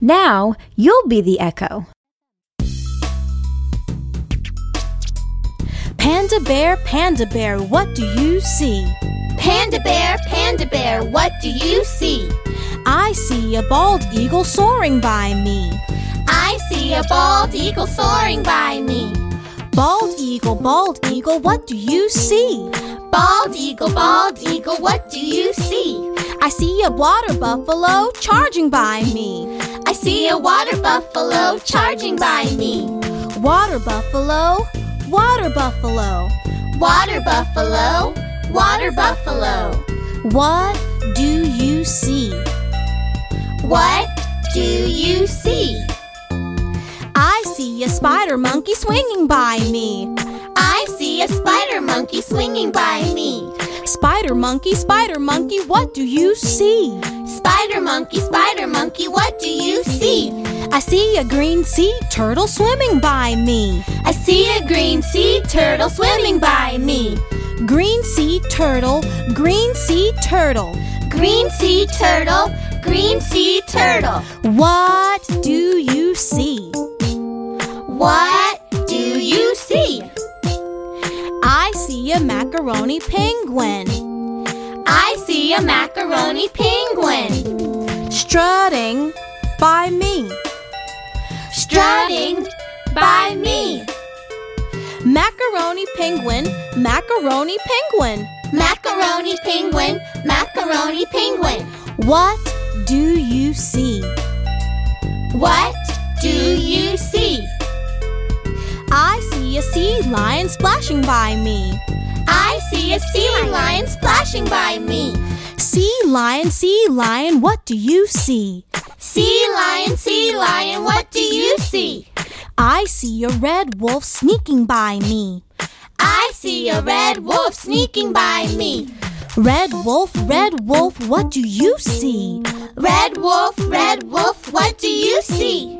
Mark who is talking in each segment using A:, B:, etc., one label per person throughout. A: Now you'll be the echo.
B: Panda bear, panda bear, what do you see?
C: Panda bear, panda bear, what do you see?
B: I see a bald eagle soaring by me.
C: I see a bald eagle soaring by me.
B: Bald eagle, bald eagle, what do you see?
C: Bald eagle, bald eagle, what do you see?
B: I see a water buffalo charging by me.
C: I see a water buffalo charging by me.
B: Water buffalo, water buffalo,
C: Water buffalo, water buffalo,
B: what do you see?
C: what do you see?
B: I see a spider monkey swinging by me.
C: I see a spider monkey swinging by me.
B: Spider monkey, spider monkey, what do you see?
C: Spider monkey, spider monkey, what do you see?
B: I see a green sea turtle swimming by me.
C: I see a green sea turtle swimming by me.
B: Green sea turtle, green sea turtle,
C: Green sea turtle, green sea turtle,
B: what do you see?
C: what do you see?
B: I see a macaroni penguin
C: I see a macaroni penguin
B: strutting by me.
C: strutting by me.
B: Macaroni penguin, macaroni penguin,
C: Macaroni penguin, macaroni penguin,
B: what do you see?
C: what do you see?
B: I see a sea lion splashing by me.
C: I see a sea lion splashing by me.
B: Sea lion, sea lion, what do you see?
C: Sea lion, sea lion, what do you see?
B: I see a red wolf sneaking by me.
C: I see a red wolf sneaking by me.
B: Red wolf, red wolf, what do you see?
C: Red wolf, red wolf, what do you see?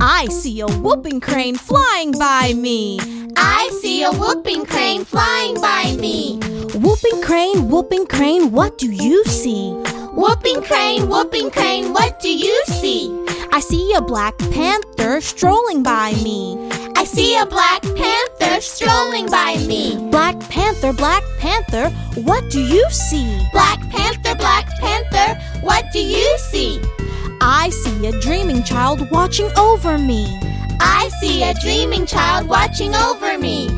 B: I see a whooping crane flying by me.
C: I see a whooping crane flying by me.
B: Whooping crane, whooping crane, what do you see?
C: Whooping crane, whooping crane, what do you see?
B: I see a black panther strolling by me.
C: I see a black panther strolling by me.
B: Black panther, black panther, what do you see?
C: Black panther, black panther, what do you see?
B: I see a dreaming child watching over me.
C: I see a dreaming child watching over me.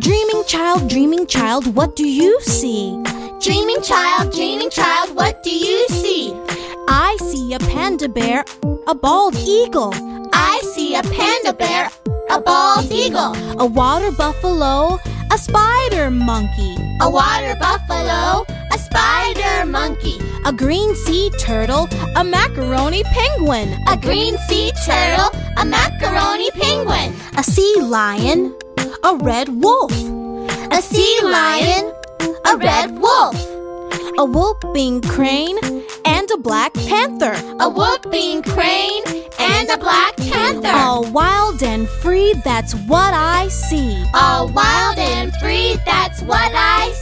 B: Dreaming child, dreaming child, what do you see?
C: Dreaming child, dreaming child, what do you see?
B: I see a panda bear, a bald eagle,
C: I see a panda bear, a bald eagle,
B: a water buffalo, a spider monkey,
C: a water buffalo, a spider monkey,
B: a green sea turtle, a macaroni penguin,
C: a green sea turtle, a macaroni penguin,
B: a sea lion, a red wolf,
C: a sea lion, a red wolf,
B: a whooping crane, and a black panther.
C: a whooping crane, and a black panther.
B: All wild and free, that's what I see.
C: All wild and free, that's what I